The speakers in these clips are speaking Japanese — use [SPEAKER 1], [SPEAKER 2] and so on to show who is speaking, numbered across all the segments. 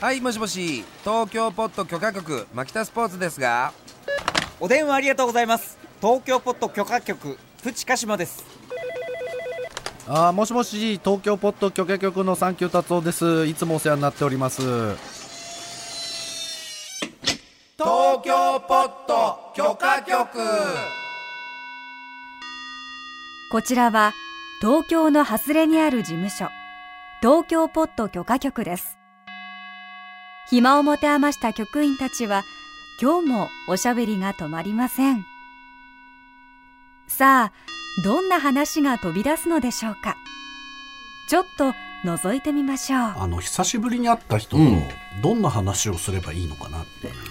[SPEAKER 1] はいもしもし東京ポット許可局牧田スポーツですが
[SPEAKER 2] お電話ありがとうございます東京ポット許可局プチカシマです
[SPEAKER 3] あーもしもし東京ポッド許可局のサンキュー達夫ですいつもお世話になっております
[SPEAKER 1] 東京ポット許可局
[SPEAKER 4] こちらは東京の外れにある事務所、東京ポット許可局です。暇を持て余した局員たちは、今日もおしゃべりが止まりません。さあ、どんな話が飛び出すのでしょうか。ちょっと覗いてみましょう。
[SPEAKER 5] あの久しぶりに会った人と
[SPEAKER 1] うん
[SPEAKER 5] どんな話をすればいいのかなって、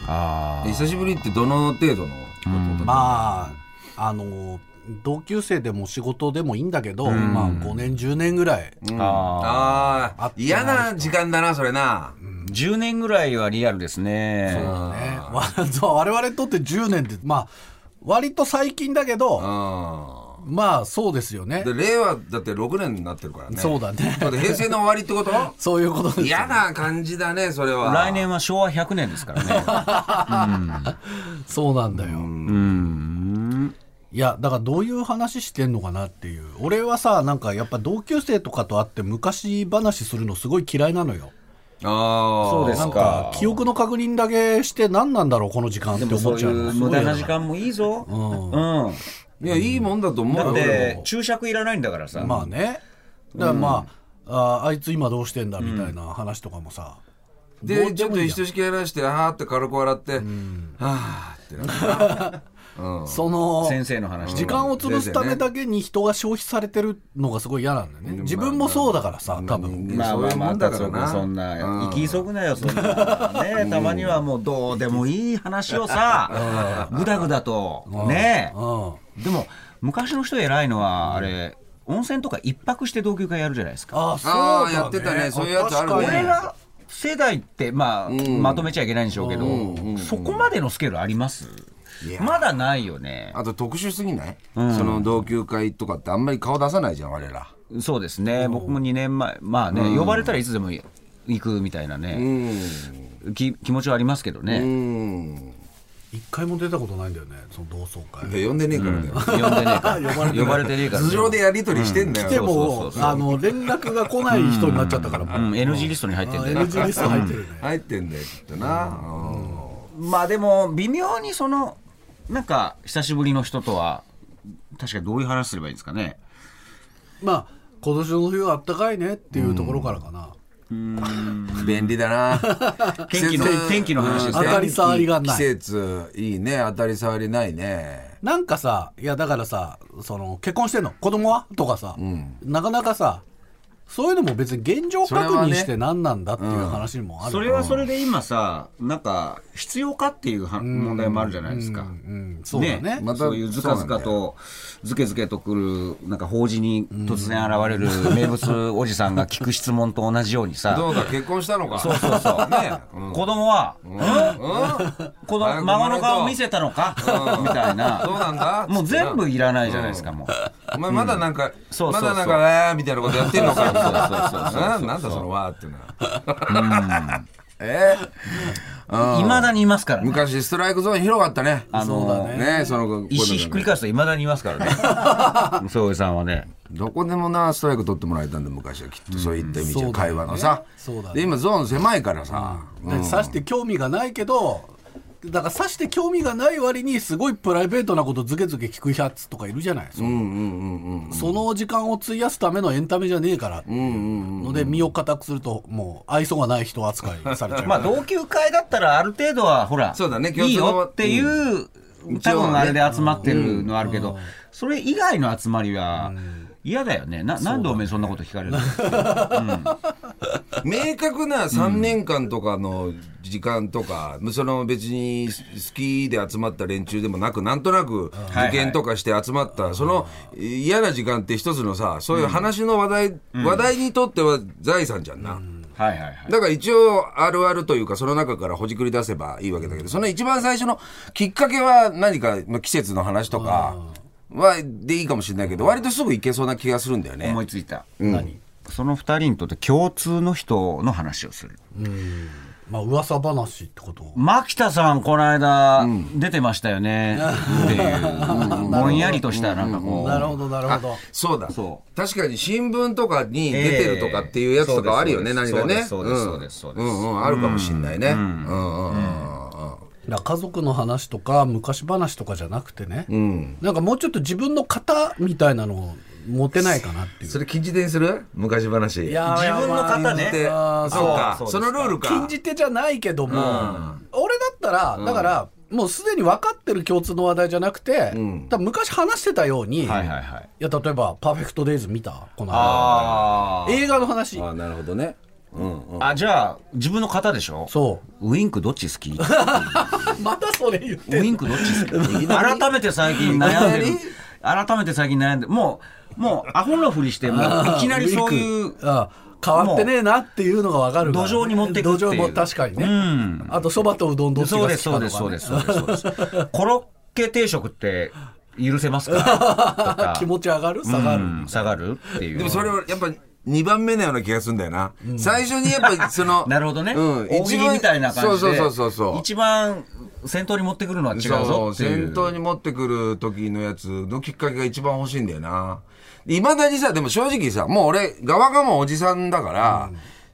[SPEAKER 3] あ
[SPEAKER 1] 久しぶりってどの程度のこと
[SPEAKER 5] まああの同級生でも仕事でもいいんだけど、
[SPEAKER 1] ん
[SPEAKER 5] まあ5年10年ぐらい
[SPEAKER 1] うんあ
[SPEAKER 3] あ
[SPEAKER 1] あ
[SPEAKER 5] あ
[SPEAKER 1] 嫌な時間だなそれな
[SPEAKER 6] 10年ぐらいはリアルですね。
[SPEAKER 5] ね、わそう我々にとって10年ってまあ割と最近だけど、
[SPEAKER 1] う
[SPEAKER 5] まあそうですよね
[SPEAKER 1] んで令和だって6年になってるからね
[SPEAKER 5] そうだね
[SPEAKER 1] だって平成の終わりってこと
[SPEAKER 5] そういうことですよ
[SPEAKER 1] 嫌な感じだねそれは
[SPEAKER 6] 来年は昭和100年ですから ね。
[SPEAKER 5] そうなんだよ、
[SPEAKER 6] うん。
[SPEAKER 5] いやだからどういう話してんのかなっていう俺はさなんかやっぱ同級生とかと会って昔話するのすごい嫌いなのよ
[SPEAKER 1] ああ
[SPEAKER 6] そうです
[SPEAKER 5] なん
[SPEAKER 6] か
[SPEAKER 5] か。記憶の確認だけして何なんだろうこの時間って
[SPEAKER 6] でも
[SPEAKER 5] 思
[SPEAKER 6] そ
[SPEAKER 5] っ
[SPEAKER 6] う
[SPEAKER 5] ち
[SPEAKER 6] い
[SPEAKER 5] ゃう
[SPEAKER 6] う無駄な時間もいいぞ。うん。
[SPEAKER 1] いやいいもんだと思う
[SPEAKER 6] だっ
[SPEAKER 1] よ俺
[SPEAKER 6] て
[SPEAKER 1] も
[SPEAKER 6] 注釈いらないんだからさ。
[SPEAKER 5] まあねだからまあ、あーあいつ今どうしてんだみたいな話とかもさ、ど
[SPEAKER 1] で
[SPEAKER 5] う
[SPEAKER 1] ちょっ
[SPEAKER 5] も
[SPEAKER 1] と
[SPEAKER 5] いい
[SPEAKER 1] ひ
[SPEAKER 5] じゃん
[SPEAKER 1] としきやらしてあーって軽く笑ってはあってなる
[SPEAKER 5] その
[SPEAKER 6] 先生の話
[SPEAKER 5] 時間を潰すためだけに人が消費されてるのがすごい嫌なんだよね自分もそうだからさ多分
[SPEAKER 6] まあまあまあ、達夫君そんな、行き急ぐなよ、そんな。ねたまにはもうどうでもいい話をさ、ぐだぐだと。ね
[SPEAKER 5] うん
[SPEAKER 6] でも、昔の人偉いのは、あれ、温泉とか一泊して同級会やるじゃないですか。
[SPEAKER 5] ああそう
[SPEAKER 1] あー
[SPEAKER 5] だ、ね、
[SPEAKER 1] やってたねそういうやつあるね
[SPEAKER 5] 確か
[SPEAKER 6] 俺
[SPEAKER 5] に
[SPEAKER 6] ら世代って、まあ、まとめちゃいけないんでしょうけど、そこまでのスケールありますまだないよね。
[SPEAKER 1] あと特殊すぎない、その同級会とかってあんまり顔出さないじゃん我ら
[SPEAKER 6] そうですね。僕も2年前、まあね、呼ばれたらいつでも行くみたいなね、き気持ちはありますけどね。
[SPEAKER 1] うん
[SPEAKER 5] 一回も出たことないんだよねその同窓会
[SPEAKER 1] いや呼んでねえからね、
[SPEAKER 6] 呼んでねえから。 呼ばれてねえから。
[SPEAKER 1] 頭上でやり取りしてんだよ、
[SPEAKER 5] で
[SPEAKER 6] そ
[SPEAKER 5] も
[SPEAKER 6] うそうそう
[SPEAKER 5] あの連絡が来ない人になっちゃったからもう、
[SPEAKER 6] うん、NG リストに入ってんだよ
[SPEAKER 5] NG リスト入ってるね、
[SPEAKER 1] 入ってんだよきっとな、うん
[SPEAKER 6] まあでも微妙にそのなんか久しぶりの人とは確かにどういう話すればいいんですかね
[SPEAKER 5] まあ今年の冬はあったかいねっていうところからかな、
[SPEAKER 1] 便利だ な
[SPEAKER 6] 天気の
[SPEAKER 1] 季節
[SPEAKER 6] 天気の話です
[SPEAKER 5] ね当たり障りがない
[SPEAKER 1] 季節いいね当たり障りないね
[SPEAKER 5] なんかさいやだからさその結婚してんの子供はとかさ、なかなかさそういうのも別に現状
[SPEAKER 1] それ
[SPEAKER 5] 確
[SPEAKER 1] はね
[SPEAKER 5] 認して何なんだっていう話もある
[SPEAKER 6] それはそれで今さなんか必要かっていうは問題もあるじゃないですか。
[SPEAKER 5] うんそうだね
[SPEAKER 1] また
[SPEAKER 6] そういうずかずかとずけずけとくるなんか法事に突然現れる名物おじさんが聞く質問と同じようにさ
[SPEAKER 1] どうだ結婚したのか
[SPEAKER 6] そうそうそう。ね、 子供は、ん子
[SPEAKER 1] 早
[SPEAKER 6] 供、
[SPEAKER 1] く
[SPEAKER 6] 孫の顔見せたのかみたいな。
[SPEAKER 1] そうなんだ
[SPEAKER 6] もう全部いらないじゃないですか、もう。
[SPEAKER 1] お前まだなんか、
[SPEAKER 6] そう
[SPEAKER 1] ま
[SPEAKER 6] そうそう
[SPEAKER 1] だなんか、えーみたいなことやってんのかみたい
[SPEAKER 6] そうそうそうそう
[SPEAKER 1] な。
[SPEAKER 6] そう
[SPEAKER 1] あ なんだそのわーっていうのは。えー
[SPEAKER 6] いまだにいますからね。
[SPEAKER 1] 昔ストライクゾーン広かったね。
[SPEAKER 6] あの
[SPEAKER 1] ねその
[SPEAKER 6] 石ひっくり返すといまだにいますからね。そういうさんはね。
[SPEAKER 1] どこでもなストライク取ってもらえたんで昔はきっとそういった意味じゃ、
[SPEAKER 5] うん
[SPEAKER 1] 会話のさ
[SPEAKER 5] そうだねそうだね
[SPEAKER 1] で今ゾーン狭いからさ、
[SPEAKER 5] だってさして興味がないけどだからさして興味がない割にすごいプライベートなことずけずけ聞くやつとかいるじゃないその,、その時間を費やすためのエンタメじゃねえからっていうので身を固くするともう愛想がない人扱いされち ゃう、
[SPEAKER 6] まあ、同級会だったらある程度は、ほら、
[SPEAKER 1] そうだね
[SPEAKER 6] いいよっていう、多分あれで集まってるのはあるけど、それ以外の集まりは、嫌だよね。な、なんでおめえそんなこと聞かれる の
[SPEAKER 1] 明確な3年間とかの時間とか、その別に好きで集まった連中でもなくなんとなく受験とかして集まった、その嫌な時間って一つのさそういう話の話題、話題にとっては財産じゃんな。
[SPEAKER 6] はいはいはい。
[SPEAKER 1] だから一応あるあるというかその中からほじくり出せばいいわけだけどその一番最初のきっかけは何かまあ季節の話とかはでいいかもしれないけど割とすぐいけそうな気がするんだよね
[SPEAKER 6] 思。いついた、その二人にとって共通の人の話をする、
[SPEAKER 5] まあ噂話ってこと
[SPEAKER 6] 牧田さんこの間出てましたよ ねっていう、ぼんやりとしたなんかこう、
[SPEAKER 5] なるほどなるほど
[SPEAKER 1] そうだ
[SPEAKER 6] そ
[SPEAKER 1] 確かに新聞とかに出てるとかっていうやつとかあるよね、
[SPEAKER 6] ええ
[SPEAKER 1] 何かね
[SPEAKER 6] そうですそうですそうですそうですそうで
[SPEAKER 1] ん
[SPEAKER 6] す
[SPEAKER 1] うんうんあるかもしんないねうんうんうんうん
[SPEAKER 5] だから家族の話とか昔話とかじゃなくてね、
[SPEAKER 1] ん
[SPEAKER 5] なんかもうちょっと自分の型みたいなのを持てないかなっていう
[SPEAKER 1] それ禁じ手にする昔話
[SPEAKER 5] いやー
[SPEAKER 6] 自分の型ね
[SPEAKER 1] 禁じ手
[SPEAKER 5] あ
[SPEAKER 1] そ
[SPEAKER 5] ー
[SPEAKER 1] う
[SPEAKER 5] そう
[SPEAKER 1] か
[SPEAKER 6] そうですか
[SPEAKER 1] そのルールか
[SPEAKER 5] 禁じ手じゃないけども、俺だったらだから、もうすでに分かってる共通の話題じゃなくて、多分昔話してたように、
[SPEAKER 6] はい
[SPEAKER 5] い
[SPEAKER 6] はいはい
[SPEAKER 5] や例えば「パーフェクト・デイズ」見たこの間
[SPEAKER 6] あー
[SPEAKER 5] 映画の話
[SPEAKER 1] あなるほどねうんうん
[SPEAKER 6] あじゃあ自分の型でしょ
[SPEAKER 5] そ
[SPEAKER 6] ウインクどっち好き
[SPEAKER 5] う またそれ言っ
[SPEAKER 6] ウ
[SPEAKER 5] て
[SPEAKER 6] イン
[SPEAKER 5] んの
[SPEAKER 6] クどっち好 き改めて最近悩んでる
[SPEAKER 1] いき
[SPEAKER 6] 改めて最近悩んでもうもうアホのふりしてもういきなりそういう
[SPEAKER 5] あ変わってねえなっていうのが分かるから
[SPEAKER 6] 土壌に持ってくっていう
[SPEAKER 5] 土壌も確かにね、
[SPEAKER 6] うん
[SPEAKER 5] あとそばとうどんどっちが
[SPEAKER 6] そう
[SPEAKER 5] 好き
[SPEAKER 6] ですそ
[SPEAKER 5] か
[SPEAKER 6] う
[SPEAKER 5] とかね
[SPEAKER 6] ですそうですそうですそうですコロッケ定食って許せますかとか
[SPEAKER 5] 気持ち上がる下がる、
[SPEAKER 6] うん下がるっていう
[SPEAKER 1] でもそれはやっぱ2番目のような気がするんだよな、最初にやっぱりその
[SPEAKER 6] なるほどね、
[SPEAKER 1] うん、
[SPEAKER 6] 大喜利みたいな感じ
[SPEAKER 1] そう
[SPEAKER 6] で
[SPEAKER 1] そうそうそうそう
[SPEAKER 6] 一番先頭に持ってくるのは違う
[SPEAKER 1] そ
[SPEAKER 6] ぞ
[SPEAKER 1] う
[SPEAKER 6] っていう
[SPEAKER 1] 先頭に持ってくる時のやつのきっかけが一番欲しいんだよないまだにさでも正直さもう俺側がもうおじさんだから、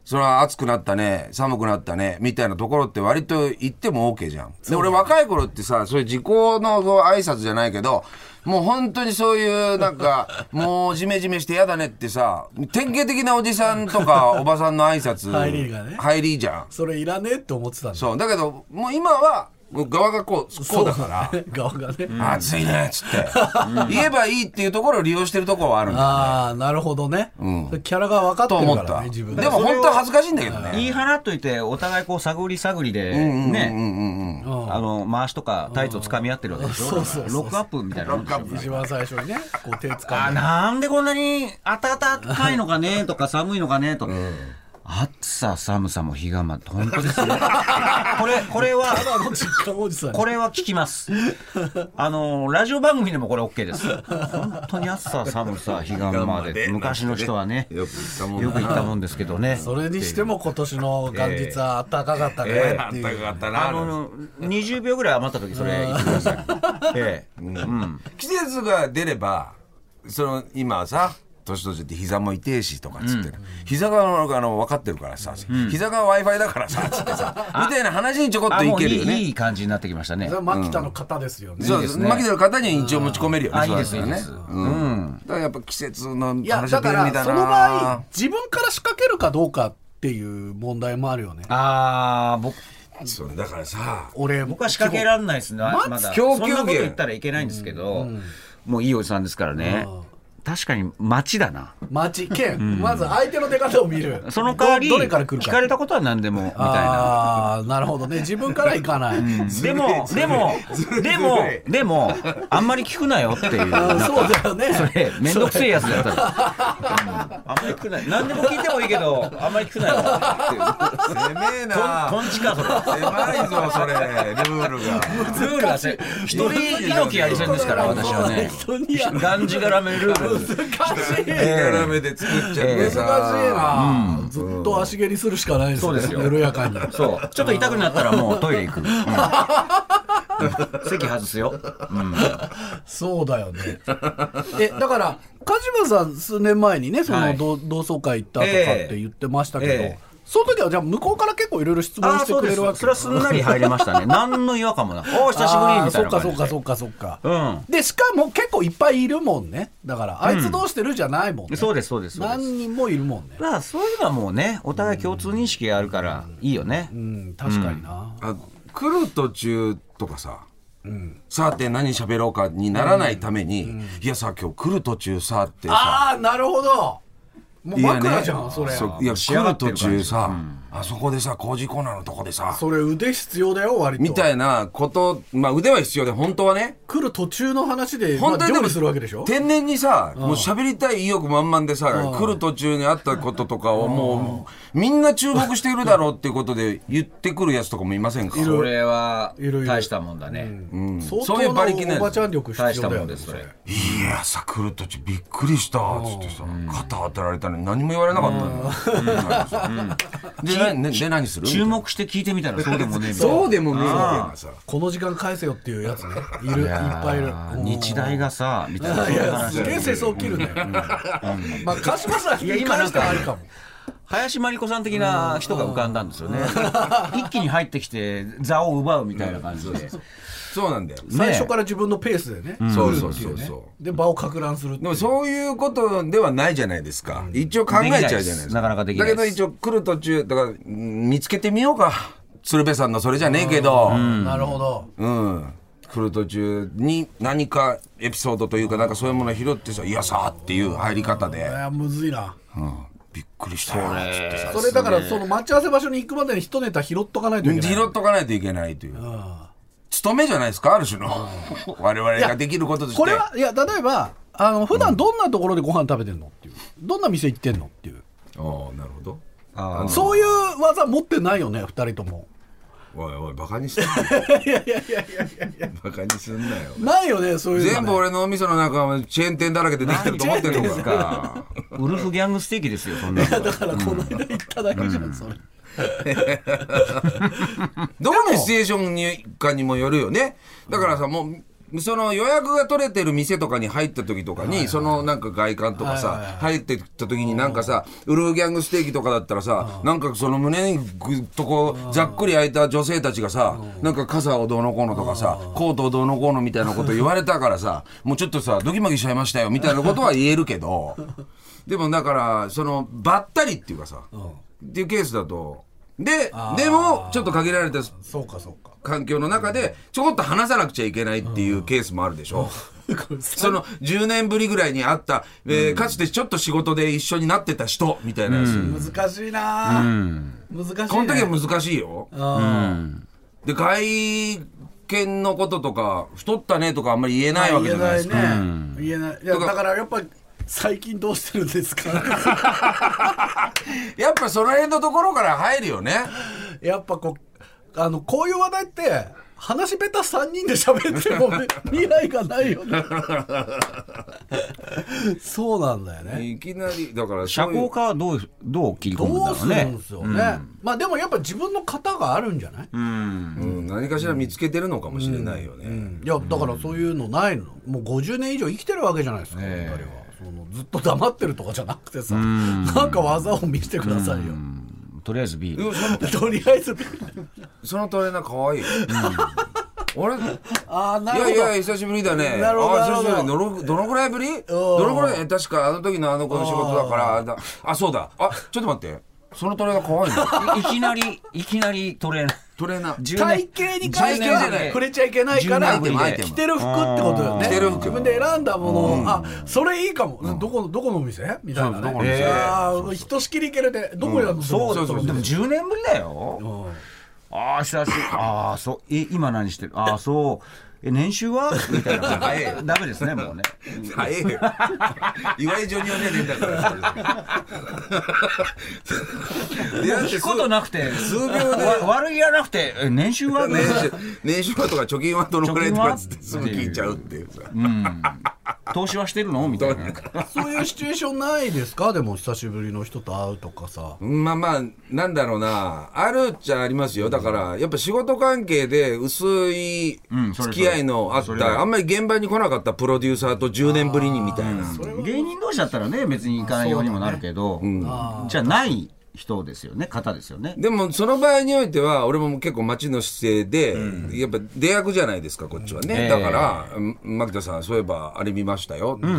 [SPEAKER 1] それは暑くなったね寒くなったねみたいなところって割と言っても OK じゃんで俺若い頃ってさそういう時効のこう挨拶じゃないけどもう本当にそういうなんか もうジメジメして嫌だねってさ典型的なおじさんと かおばさんの挨拶
[SPEAKER 5] 入りがね
[SPEAKER 1] 入りじゃん
[SPEAKER 5] それいらねえって思ってたんだ
[SPEAKER 1] そうだけどもう今はもう側がこうこうだから
[SPEAKER 5] ら側がね、
[SPEAKER 1] 暑いねっつって言えばいいっていうところを利用してるところはあるんだ
[SPEAKER 5] ああなるほどね、キャラが分かって
[SPEAKER 1] と思
[SPEAKER 5] る
[SPEAKER 1] っ
[SPEAKER 5] から
[SPEAKER 1] たで
[SPEAKER 5] ね自分
[SPEAKER 1] も
[SPEAKER 5] で
[SPEAKER 1] 本当は恥ずかしいんだけど
[SPEAKER 6] 言
[SPEAKER 1] ね
[SPEAKER 6] い放っといてお互いこう探り探りでねあの回しとかタイツを掴み合ってるわけでしょ
[SPEAKER 5] そうそうそう
[SPEAKER 6] ロックアップみたいなもんでしょ
[SPEAKER 5] 一番最初にねこう手つか
[SPEAKER 6] あ
[SPEAKER 5] んで
[SPEAKER 6] なんでこんなに暖かいのかねとか寒いのかねと、暑さ寒さも日がま本当ですよこれこれは
[SPEAKER 5] あの実家おじさんに
[SPEAKER 6] これは聞きます。あのラジオ番組でもこれ OK です。本当に暑さ寒さ彼岸まで昔の人はねよ
[SPEAKER 1] よく言ったもん
[SPEAKER 6] く言ったもんですけどね。
[SPEAKER 5] それにしても今年の元日は暖かかったね
[SPEAKER 1] ええ
[SPEAKER 5] って
[SPEAKER 1] あっ
[SPEAKER 5] いう、
[SPEAKER 1] たかかった
[SPEAKER 6] あ
[SPEAKER 1] な
[SPEAKER 6] の20秒ぐらい余った時それ言ってください。ええうん
[SPEAKER 1] 季節が出ればその今さ年取って膝も痛えしとかっつって、膝があの分かってるからさ、膝が w i f i だからさつってさみたいな話にちょこっ
[SPEAKER 6] あ
[SPEAKER 1] とい
[SPEAKER 6] もう
[SPEAKER 1] ける
[SPEAKER 6] い
[SPEAKER 1] よ
[SPEAKER 6] い
[SPEAKER 1] ね
[SPEAKER 6] いい感じになってきましたね
[SPEAKER 5] それ。は牧田の方ですよね、
[SPEAKER 1] そう
[SPEAKER 6] いい
[SPEAKER 1] で
[SPEAKER 6] です
[SPEAKER 1] す
[SPEAKER 6] ね
[SPEAKER 1] ね。マキの方に一応持ち込めるよね。
[SPEAKER 6] あ
[SPEAKER 1] そうだ
[SPEAKER 6] いいですいいです
[SPEAKER 1] ね。うん。だからやっぱ季節の話
[SPEAKER 5] いやだか
[SPEAKER 1] は便利
[SPEAKER 5] ら
[SPEAKER 1] だ
[SPEAKER 5] その場合
[SPEAKER 1] な。
[SPEAKER 5] 自分から仕掛けるかどうかっていう問題もあるよね
[SPEAKER 6] ああ僕
[SPEAKER 1] そうだからさ、
[SPEAKER 5] 俺
[SPEAKER 6] 僕は仕掛けられないですね。ま
[SPEAKER 5] ま
[SPEAKER 6] だ
[SPEAKER 1] ず供給源
[SPEAKER 6] そんなこと言ったらいけないんですけど、もういいおじさんですからね。確かに街だな。
[SPEAKER 5] 待ち剣、まず相手の出方を見る
[SPEAKER 6] その代わり
[SPEAKER 5] どどれから来る
[SPEAKER 6] 聞
[SPEAKER 5] か
[SPEAKER 6] かれたことは何でもみたいな。
[SPEAKER 5] ああーなるほどね自分から行かない、
[SPEAKER 6] でも、でも、でも、でも、あんまり聞くなよっていう。
[SPEAKER 5] あーそうだよね
[SPEAKER 6] それ、めんどくせえやつだったら。うんあんまり聞くない。何でも聞いてもいいけど、あんまり聞くなよっていう。
[SPEAKER 1] 狭え
[SPEAKER 6] と
[SPEAKER 1] な。
[SPEAKER 6] んちか、それ。
[SPEAKER 1] 狭いぞそれルールが。
[SPEAKER 6] ルールがせ、一人猪木やりせんですから、私はね。
[SPEAKER 5] 本当にや
[SPEAKER 6] がんじがらめルール。
[SPEAKER 1] 絡めで作っちゃって
[SPEAKER 5] 難しい
[SPEAKER 1] さ。
[SPEAKER 5] な、ずっと足蹴りするしかないです
[SPEAKER 6] そう
[SPEAKER 5] ね
[SPEAKER 6] ですよ
[SPEAKER 5] 緩やかに
[SPEAKER 6] そう。ちょっと痛くなったらも うトイレ行く。うん席外すよ。うん
[SPEAKER 5] そうだよねえだから梶間さん数年前にねそ
[SPEAKER 6] は
[SPEAKER 5] の
[SPEAKER 6] い
[SPEAKER 5] 同,、同窓会行ったとかって言ってましたけど、
[SPEAKER 6] ええええ
[SPEAKER 5] その時はじゃあ向こうから結構いろいろ質問
[SPEAKER 6] あ
[SPEAKER 5] し
[SPEAKER 6] あ、
[SPEAKER 5] て
[SPEAKER 6] そう
[SPEAKER 5] く
[SPEAKER 6] で
[SPEAKER 5] れ
[SPEAKER 6] す
[SPEAKER 5] るわ。け
[SPEAKER 6] それはすんなり入れま したね。何の違和感もなく。おお、久しぶりみたいな
[SPEAKER 5] あー
[SPEAKER 6] 感じ
[SPEAKER 5] そ
[SPEAKER 6] で。
[SPEAKER 5] っかそっかそっかそっか、
[SPEAKER 6] うん。
[SPEAKER 5] でしかも結構いっぱいいるもんねだからあいつどうしてるじゃないもんね、
[SPEAKER 6] そうですそうですそうです
[SPEAKER 5] 何人もいるもんね
[SPEAKER 6] まあそういうのはもうねお互い共通認識があるからいいよね、
[SPEAKER 5] うん確かにな、
[SPEAKER 1] あ来る途中とかさ。さて何喋ろうかにならないために、いやさ今日来る途中さってさ
[SPEAKER 5] ああなるほどもう
[SPEAKER 1] いやね
[SPEAKER 5] 枕じゃん、それ
[SPEAKER 1] そういや
[SPEAKER 6] 仕
[SPEAKER 1] 来
[SPEAKER 6] 上が
[SPEAKER 1] る
[SPEAKER 6] ってる
[SPEAKER 1] 途
[SPEAKER 6] 感じ
[SPEAKER 1] 中さ、あそこでさ工事コーナーのとこでさ
[SPEAKER 5] それ腕必要だよ割と
[SPEAKER 1] みたいなことまあ腕は必要で本当はね
[SPEAKER 5] 来る途中の話で、ま
[SPEAKER 1] 本
[SPEAKER 5] あ、
[SPEAKER 1] 当に
[SPEAKER 5] 料
[SPEAKER 1] でも
[SPEAKER 5] 理するわけでしょ
[SPEAKER 1] 天然にさもう喋りたい意欲満々でさ来る途中にあったこととかをもうみんな注目しているだろうっていうことで言ってくるやつとかもいませんか
[SPEAKER 6] これはい
[SPEAKER 5] ろいろ
[SPEAKER 6] 大したもんだね、
[SPEAKER 5] 相
[SPEAKER 1] そういう
[SPEAKER 5] 当な
[SPEAKER 1] 馬力ね
[SPEAKER 5] おばちゃん力必
[SPEAKER 6] 大し
[SPEAKER 5] 要
[SPEAKER 6] た
[SPEAKER 5] だ
[SPEAKER 6] も
[SPEAKER 5] よ
[SPEAKER 6] んで
[SPEAKER 5] ね
[SPEAKER 6] すそれ
[SPEAKER 1] いやさ来る途中びっくりしたっつってさ肩当てられたったのに何も言われなかったの ようんでなねで何する
[SPEAKER 6] 注目して聞いてみたらそうでもねえみ たいな
[SPEAKER 1] そうでもねえみたいなさ
[SPEAKER 5] この時間返せよっていうやつねいるいっぱいいる
[SPEAKER 6] あー日大がさみたいな
[SPEAKER 5] うんいやすげえ世相切るねまあ鹿島さん
[SPEAKER 6] いや
[SPEAKER 5] に
[SPEAKER 6] 今なん
[SPEAKER 5] 関し
[SPEAKER 6] か
[SPEAKER 5] てはあるかも
[SPEAKER 6] 林真理子さん的な人が浮かんだんですよ ね一気に入ってきて座を奪うみたいな感じで
[SPEAKER 1] そうなんだよ
[SPEAKER 5] 最初から自分のペースでね
[SPEAKER 1] そ
[SPEAKER 5] 来
[SPEAKER 1] う
[SPEAKER 5] る
[SPEAKER 1] そう
[SPEAKER 5] ってい
[SPEAKER 1] そうう
[SPEAKER 5] ね
[SPEAKER 1] そ
[SPEAKER 5] で場を攪乱するって
[SPEAKER 1] うで
[SPEAKER 5] いう
[SPEAKER 1] もそういうことではないじゃないですか一応考えちゃうじゃないですか
[SPEAKER 6] なかなかできない
[SPEAKER 1] だ
[SPEAKER 6] で
[SPEAKER 1] け
[SPEAKER 6] す
[SPEAKER 1] ど一応来る途中だからうん見つけてみようか鶴瓶さんのそれじゃねえけど
[SPEAKER 5] なるほど
[SPEAKER 1] うん、来る途中に何かエピソードというかなんかそういうものを拾ってさ「いやさ」っていう入り方
[SPEAKER 5] い
[SPEAKER 1] で、
[SPEAKER 5] やむずいな
[SPEAKER 1] うん、びっくりしたよっつってさ
[SPEAKER 5] それだからその待ち合わせ場所に行くまでに一ネタ拾っとかないといけない
[SPEAKER 1] 拾っとかないといけないという務めじゃないですかある種の我々ができることとして
[SPEAKER 5] これはいや例えばあの普段どんなところでご飯食べてんのっていうどんな店行ってんのっていう
[SPEAKER 1] ああなるほど
[SPEAKER 6] あー
[SPEAKER 5] そういう技持ってないよね二人とも
[SPEAKER 1] おいおいバカにすんなよいやいやいやいやバカにすんなよ
[SPEAKER 5] ないよねそういうのね
[SPEAKER 1] 全部俺のお味噌の中はチェーン店だらけでできてると思ってるのか
[SPEAKER 6] ウルフギャングステーキですよそんなの
[SPEAKER 5] だからこの間行っただけじゃんそれ
[SPEAKER 1] どのシチュエーションにかにもよるよね。だからさ、もう、その予約が取れてる店とかに入った時とかに、そのなんか外観とかさ、入ってった時になんかさ、ウルフギャングステーキとかだったらさ、なんかその胸にぐっとこう、ざっくり開いた女性たちがさ、なんか傘をどうのこうのとかさ、コートをどうのこうのみたいなこと言われたからさ、もうちょっとさ、ドキマキしちゃいましたよみたいなことは言えるけど、でもだから、その、ばったりっていうかさ、っていうケースだと、で、でも、ちょっと限られた
[SPEAKER 5] そうかそう か
[SPEAKER 1] 環境の中でちょこっと話さなくちゃいけないっていうケースもあるでしょ。その10年ぶりぐらいに会った、えーかつてちょっと仕事で一緒になってた人みたいなやつ、
[SPEAKER 5] 難しいな、難しい、ね、
[SPEAKER 1] この時は難しいよ。で外見のこととか太ったねとかあんまり言えないわけじゃないですか。
[SPEAKER 5] 言えないね、言えないいやだからやっぱ最近どうしてるんですか
[SPEAKER 1] やっぱその辺のところから入るよね。
[SPEAKER 5] やっぱこうあのこういう話題って話ベタ3人で喋っても 未来がないよねそうなんだよね
[SPEAKER 1] いきなりだから
[SPEAKER 6] 社
[SPEAKER 1] そういう
[SPEAKER 6] 交家はどうどう切り込むん
[SPEAKER 5] ど
[SPEAKER 6] だ
[SPEAKER 5] う
[SPEAKER 6] ろ
[SPEAKER 5] す
[SPEAKER 6] う
[SPEAKER 5] る
[SPEAKER 6] ね
[SPEAKER 5] んですよね、まあでもやっぱ自分の型があるんじゃない、
[SPEAKER 1] うん、何かしら見つけてるのかもしれないよね。
[SPEAKER 5] いやだからそういうのないのもう50年以上生きてるわけじゃないですか、お二人はそのずっと黙ってるとかじゃなくてさ、なんか技を見せてくださいよ、
[SPEAKER 6] とりあえず B
[SPEAKER 1] でもその
[SPEAKER 5] とりあえず
[SPEAKER 1] そのトレーナー可愛い。俺
[SPEAKER 5] ああないる
[SPEAKER 1] や
[SPEAKER 5] ほ
[SPEAKER 1] い
[SPEAKER 5] ど
[SPEAKER 1] や久しぶりだね。
[SPEAKER 5] なるほど
[SPEAKER 1] あ久しぶりだね
[SPEAKER 5] な
[SPEAKER 1] どのどのぐらいぶり？どのぐらい？確かあの時のあの子の仕事だからあだあそうだ。あちょっと待って。そのトレーナー可愛いな。
[SPEAKER 6] いきなりいきなりトレーナー
[SPEAKER 1] トレーナー。
[SPEAKER 6] 10
[SPEAKER 5] 体
[SPEAKER 6] 年
[SPEAKER 5] 型に関して
[SPEAKER 1] 10年
[SPEAKER 5] は
[SPEAKER 1] 前
[SPEAKER 5] 触れちゃいけないか
[SPEAKER 1] ア
[SPEAKER 5] ら
[SPEAKER 1] イテムアイテム
[SPEAKER 5] 着。てる服ってことよね
[SPEAKER 1] 着てる服
[SPEAKER 5] 自分で選んだものを、あそれいいかも、どこのどこのお店みたいな
[SPEAKER 1] そうどこ
[SPEAKER 5] ね
[SPEAKER 1] のお店
[SPEAKER 5] いやーひとしきり行けるでどこやるの
[SPEAKER 6] そう
[SPEAKER 5] そ
[SPEAKER 6] そう
[SPEAKER 5] の
[SPEAKER 6] でも10年ぶりだよああ久しぶりああそうえ今何してるああそうえ年収はみたいな
[SPEAKER 1] 早いよ
[SPEAKER 6] ダメですねもうね
[SPEAKER 1] 早えよ。岩井ジョニオネ出たから。出会って
[SPEAKER 6] 聞く
[SPEAKER 1] す
[SPEAKER 6] ことなくて
[SPEAKER 1] 数秒で
[SPEAKER 6] わ悪気がなくてえ年収は
[SPEAKER 1] 年収年収はとか貯金はどのくらいとかっつってすぐ聞いちゃうっていうさ。
[SPEAKER 6] 投資はしてるのみたいな
[SPEAKER 5] そういうシチュエーションないですかでも久しぶりの人と会うとかさ
[SPEAKER 1] まあまあ、なんだろうな、あるっちゃありますよ。だから、やっぱ仕事関係で薄い
[SPEAKER 6] んそれ
[SPEAKER 1] 付き合いのあった、あんまり現場に来なかったプロデューサーと10年ぶりにみたいな。
[SPEAKER 6] 芸人同士だったらね別に行かないようにもなるけど、じゃあない人ですよね方ですよね
[SPEAKER 1] でも、その場合においては、俺も結構街の姿勢で、やっぱ出役じゃないですか、こっちはね。
[SPEAKER 6] ええ
[SPEAKER 1] だから、うん牧田さん、そういえばあれ見ましたよって。って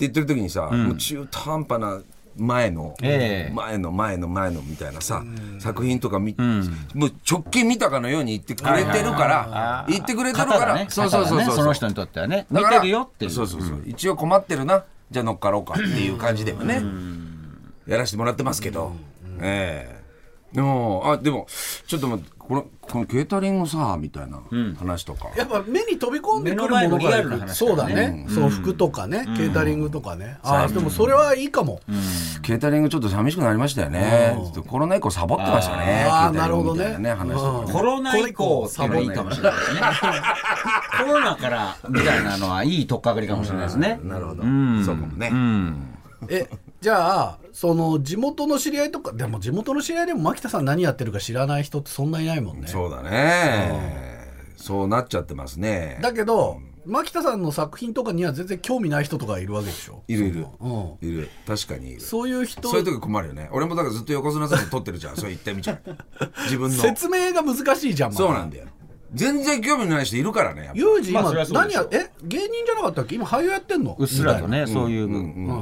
[SPEAKER 1] 言ってる時にさ、もう中途半端な前の、
[SPEAKER 6] ええ
[SPEAKER 1] 前の前の前のみたいなさ、作品とか見、もう直近見たかのように言ってくれてるから、言ってくれてるか
[SPEAKER 6] 方が
[SPEAKER 1] ら、
[SPEAKER 6] ね
[SPEAKER 1] そうそうそう
[SPEAKER 6] 方が
[SPEAKER 1] そ
[SPEAKER 6] ね
[SPEAKER 1] う
[SPEAKER 6] その人にとってはね
[SPEAKER 1] だ
[SPEAKER 6] 見
[SPEAKER 1] から
[SPEAKER 6] てるよっていう
[SPEAKER 1] そうそうそう、一応困ってるなじゃあ乗っかろうかっていう感じではねやらせてもらってますけど、ええでもあでもちょっと待ってこのこのケータリングさみたいな話とか、
[SPEAKER 5] やっぱ目に飛び込んでくる
[SPEAKER 6] 目の前
[SPEAKER 5] も
[SPEAKER 6] の
[SPEAKER 5] の
[SPEAKER 6] リ
[SPEAKER 5] が
[SPEAKER 6] アルな話
[SPEAKER 5] そう
[SPEAKER 6] だ
[SPEAKER 5] だ
[SPEAKER 6] ね
[SPEAKER 5] ね、その服とかね、ケータリングとかね、ああでもそれはいいかも、
[SPEAKER 1] ケータリングちょっと寂しくなりましたよね、ちょっとコロナ以降サボってましたね
[SPEAKER 5] あー
[SPEAKER 1] ケータリングみたい
[SPEAKER 5] なる
[SPEAKER 1] 話とかね
[SPEAKER 6] コロナ以降っていうのはいいかもしれないですねコロナからみたいなのはいいとっかかりかもしれないですね、
[SPEAKER 1] なるほど、そうかもね、
[SPEAKER 5] えじゃあその地元の知り合いとかでも地元の知り合いでも牧田さん何やってるか知らない人ってそんないないもんね
[SPEAKER 1] そうだね、そうなっちゃってますね
[SPEAKER 5] だけど、牧田さんの作品とかには全然興味ない人とかいるわけでしょ
[SPEAKER 1] いるいる、
[SPEAKER 5] うん
[SPEAKER 1] いる確かにいるそ
[SPEAKER 5] そういう人
[SPEAKER 1] ういう時困るよね俺もだからずっと横綱さんと撮って るじゃんそう言ってみちゃう自分の
[SPEAKER 5] 説明が難しいじゃん、まだ
[SPEAKER 1] そうなんだよ全然興味のない人いるからねやっぱ
[SPEAKER 5] ユージ今、
[SPEAKER 6] まあそりゃそう
[SPEAKER 5] 何
[SPEAKER 6] でしょ
[SPEAKER 5] やえ芸人じゃなかったっけ今俳優やってんの
[SPEAKER 6] うっすらとね、そういう、
[SPEAKER 5] みたいな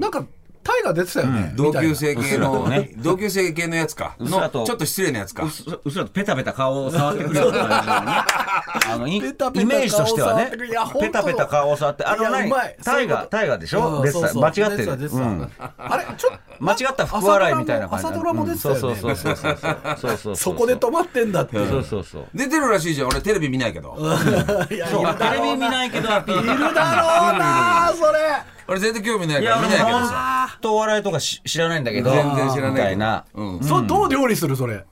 [SPEAKER 5] なんか大河出てたよね、
[SPEAKER 1] 同
[SPEAKER 5] みたいな
[SPEAKER 1] 級生系の、
[SPEAKER 6] うっすらとね
[SPEAKER 1] 同級生系のやつ か
[SPEAKER 6] うっすら
[SPEAKER 1] のち
[SPEAKER 6] と
[SPEAKER 1] ょっと失礼なやつか
[SPEAKER 6] うっすうっすらとペタペタ顔を触ってくるような 感じなのねあのイ
[SPEAKER 5] ペタペタ
[SPEAKER 6] イ
[SPEAKER 5] 顔を触ってくる
[SPEAKER 6] メージとしてはね
[SPEAKER 5] いや本当
[SPEAKER 6] ペタペタ顔を触ってあ
[SPEAKER 5] い
[SPEAKER 6] の
[SPEAKER 5] や
[SPEAKER 6] 何
[SPEAKER 5] うまい
[SPEAKER 6] タイ
[SPEAKER 5] そういうこ
[SPEAKER 6] ガ
[SPEAKER 5] と
[SPEAKER 6] ータイガーでし
[SPEAKER 5] う
[SPEAKER 6] ょ
[SPEAKER 5] ん
[SPEAKER 6] でした
[SPEAKER 5] そうそう
[SPEAKER 6] 間違ってる
[SPEAKER 5] 出てた出てた
[SPEAKER 6] うん
[SPEAKER 5] あれちょっと
[SPEAKER 6] 間違った福笑いみたいな感じ
[SPEAKER 5] 朝ドラも
[SPEAKER 6] う
[SPEAKER 5] 出
[SPEAKER 6] ん
[SPEAKER 5] てたよ
[SPEAKER 6] そう
[SPEAKER 5] ね、
[SPEAKER 6] そうそうそうそうそうそう
[SPEAKER 5] そこで止まってんだっていう
[SPEAKER 6] そうそうそう
[SPEAKER 1] 出てるらしいじゃん俺テレビ見ないけど
[SPEAKER 5] いや
[SPEAKER 6] そうテレビ見
[SPEAKER 5] い
[SPEAKER 6] ないけどアピール
[SPEAKER 5] るだろうなそれ
[SPEAKER 1] 俺全然興味ない
[SPEAKER 6] い
[SPEAKER 1] から
[SPEAKER 6] や
[SPEAKER 1] 見
[SPEAKER 6] 俺
[SPEAKER 1] ないけ
[SPEAKER 6] も
[SPEAKER 1] どさ
[SPEAKER 6] 本当笑いとかし知らないんだけど
[SPEAKER 1] 全然知らないけど
[SPEAKER 6] みたいな
[SPEAKER 1] うん
[SPEAKER 5] それどう料理するそれ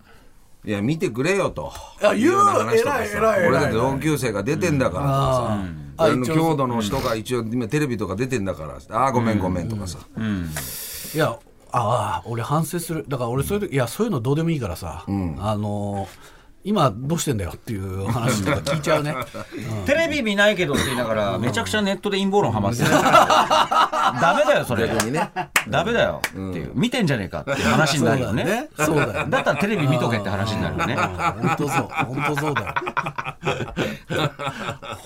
[SPEAKER 1] いや見てくれよと
[SPEAKER 5] あ言う
[SPEAKER 1] よな話とかさ
[SPEAKER 5] 偉い偉い偉い
[SPEAKER 1] 俺だって同級生が出てんだからとかさ
[SPEAKER 5] あ
[SPEAKER 1] 俺の
[SPEAKER 5] 一応
[SPEAKER 1] 郷土の人が一応今テレビとか出てんだからああごめんごめんとかさ
[SPEAKER 5] いやああ俺反省するだから俺そういう時、いやそういうのどうでもいいからさ、あのー今どうしてんだよっていう話とか聞いちゃうね
[SPEAKER 6] テレビ見ないけどって言いながらめちゃくちゃネットで陰謀論ハマってる ダメだよそれ
[SPEAKER 1] 逆にね
[SPEAKER 6] ダメだよっていう見てんじゃねえかっていう話になるよね
[SPEAKER 5] そうだよねそうだよね
[SPEAKER 6] だったらテレビ見とけって話になるよね
[SPEAKER 5] 本当そう本当そう だよ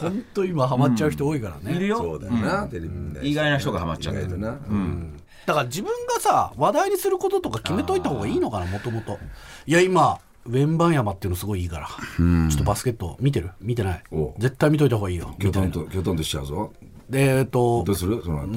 [SPEAKER 5] 本当今ハマっちゃう人多いからね、
[SPEAKER 6] いる
[SPEAKER 1] そ
[SPEAKER 6] よ
[SPEAKER 1] うだよなテレビ見ない
[SPEAKER 6] 意外な人がハマっちゃ
[SPEAKER 1] 意
[SPEAKER 6] う
[SPEAKER 1] 外とな
[SPEAKER 5] だから自分がさ話題にすることとか決めといた方がいいのかなもともといや今ウェンバン山っていうのすごいいいから、ちょっとバスケット見てる見てない
[SPEAKER 1] お
[SPEAKER 5] 絶対見といた方がいいよ
[SPEAKER 1] きょ
[SPEAKER 5] み
[SPEAKER 1] と
[SPEAKER 5] たい
[SPEAKER 1] ん
[SPEAKER 5] な
[SPEAKER 1] ときょとんとしちゃうぞ
[SPEAKER 5] でえっと
[SPEAKER 1] どうするその後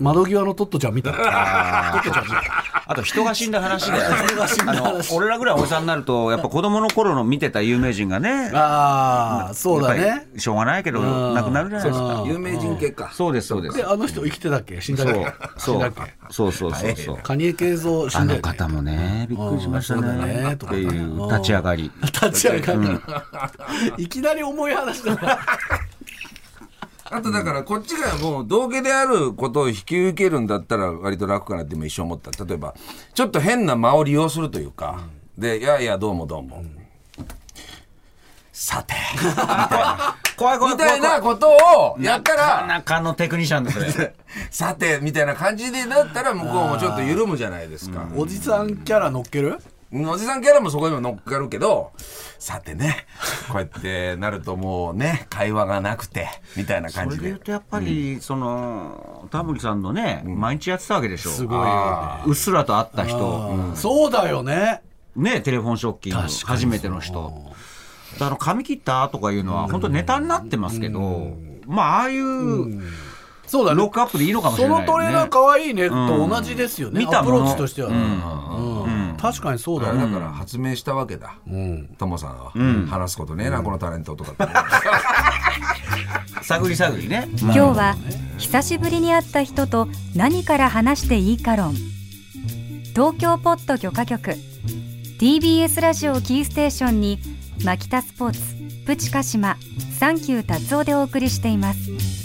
[SPEAKER 5] 窓際のトットちゃん見たトットちゃん見た
[SPEAKER 6] あと人が死んだ話だよ
[SPEAKER 5] 人が死んだ話
[SPEAKER 6] あの俺らぐらいおじさんになるとやっぱ子供の頃の見てた有名人がね
[SPEAKER 5] ああそうだ
[SPEAKER 6] やっぱ
[SPEAKER 5] ね
[SPEAKER 6] りしょうがないけど
[SPEAKER 5] ん
[SPEAKER 6] 亡くなるじゃないですか
[SPEAKER 1] 有名人系か
[SPEAKER 6] そうですそうです
[SPEAKER 5] であの人生きてたっけ死んだっけ死んだっけ
[SPEAKER 6] そうそうそうそう
[SPEAKER 5] カニエ慶三死
[SPEAKER 6] あ
[SPEAKER 5] んだ
[SPEAKER 6] の
[SPEAKER 5] よ、ね、
[SPEAKER 6] 方もねびっくりしました
[SPEAKER 5] うんそうだね
[SPEAKER 6] ねっていう立ち上がり
[SPEAKER 5] 立ち上がった いきなり重い話だな
[SPEAKER 1] あとだからこっちがもう道家であることを引き受けるんだったら割と楽かなって今一生思った例えばちょっと変な間を利用するというか、で「いやいやどうもどうも」さて
[SPEAKER 6] 怖い怖い
[SPEAKER 1] みたいなことをやった
[SPEAKER 6] なからなかのテクニシャンですね
[SPEAKER 1] 「さて」みたいな感じでなったら向こうもちょっと緩むじゃないですか。
[SPEAKER 5] おじさんキャラ乗っける
[SPEAKER 1] おじさんキャラもそこにも乗っかるけどさてねこうやってなるともうね会話がなくてみたいな
[SPEAKER 6] そ
[SPEAKER 1] 感
[SPEAKER 6] れ
[SPEAKER 1] じ
[SPEAKER 6] で言
[SPEAKER 1] で
[SPEAKER 6] うとやっぱりそのタモリさんのね毎日やってたわけでしょ
[SPEAKER 5] すごいよ
[SPEAKER 6] うっすらと会った人
[SPEAKER 5] ねそうだよね
[SPEAKER 6] ねテレフォンショッキング初めての人あの髪切ったとかいうのは本当ネタになってますけどまあああいう
[SPEAKER 5] そうだ
[SPEAKER 6] ロ
[SPEAKER 5] ね
[SPEAKER 6] ックアップでいいのかもし
[SPEAKER 5] そ
[SPEAKER 6] れないね
[SPEAKER 5] のトレーナー可愛いねと同じですよね、
[SPEAKER 6] うん見
[SPEAKER 5] ア
[SPEAKER 6] た
[SPEAKER 5] プ
[SPEAKER 6] もの
[SPEAKER 5] ローチとしてはね、うん確かにそうだ
[SPEAKER 1] あ
[SPEAKER 5] よ
[SPEAKER 1] れ
[SPEAKER 5] ね、
[SPEAKER 1] だから発明したわけだ、タモさんは、話すことねえな、このタレントとかって
[SPEAKER 6] 探り探りね
[SPEAKER 4] 今日は久しぶりに会った人と何から話していいか論東京ポッド許可局 TBS ラジオキーステーションにマキタスポーツプチカシマサンキュー達夫でお送りしています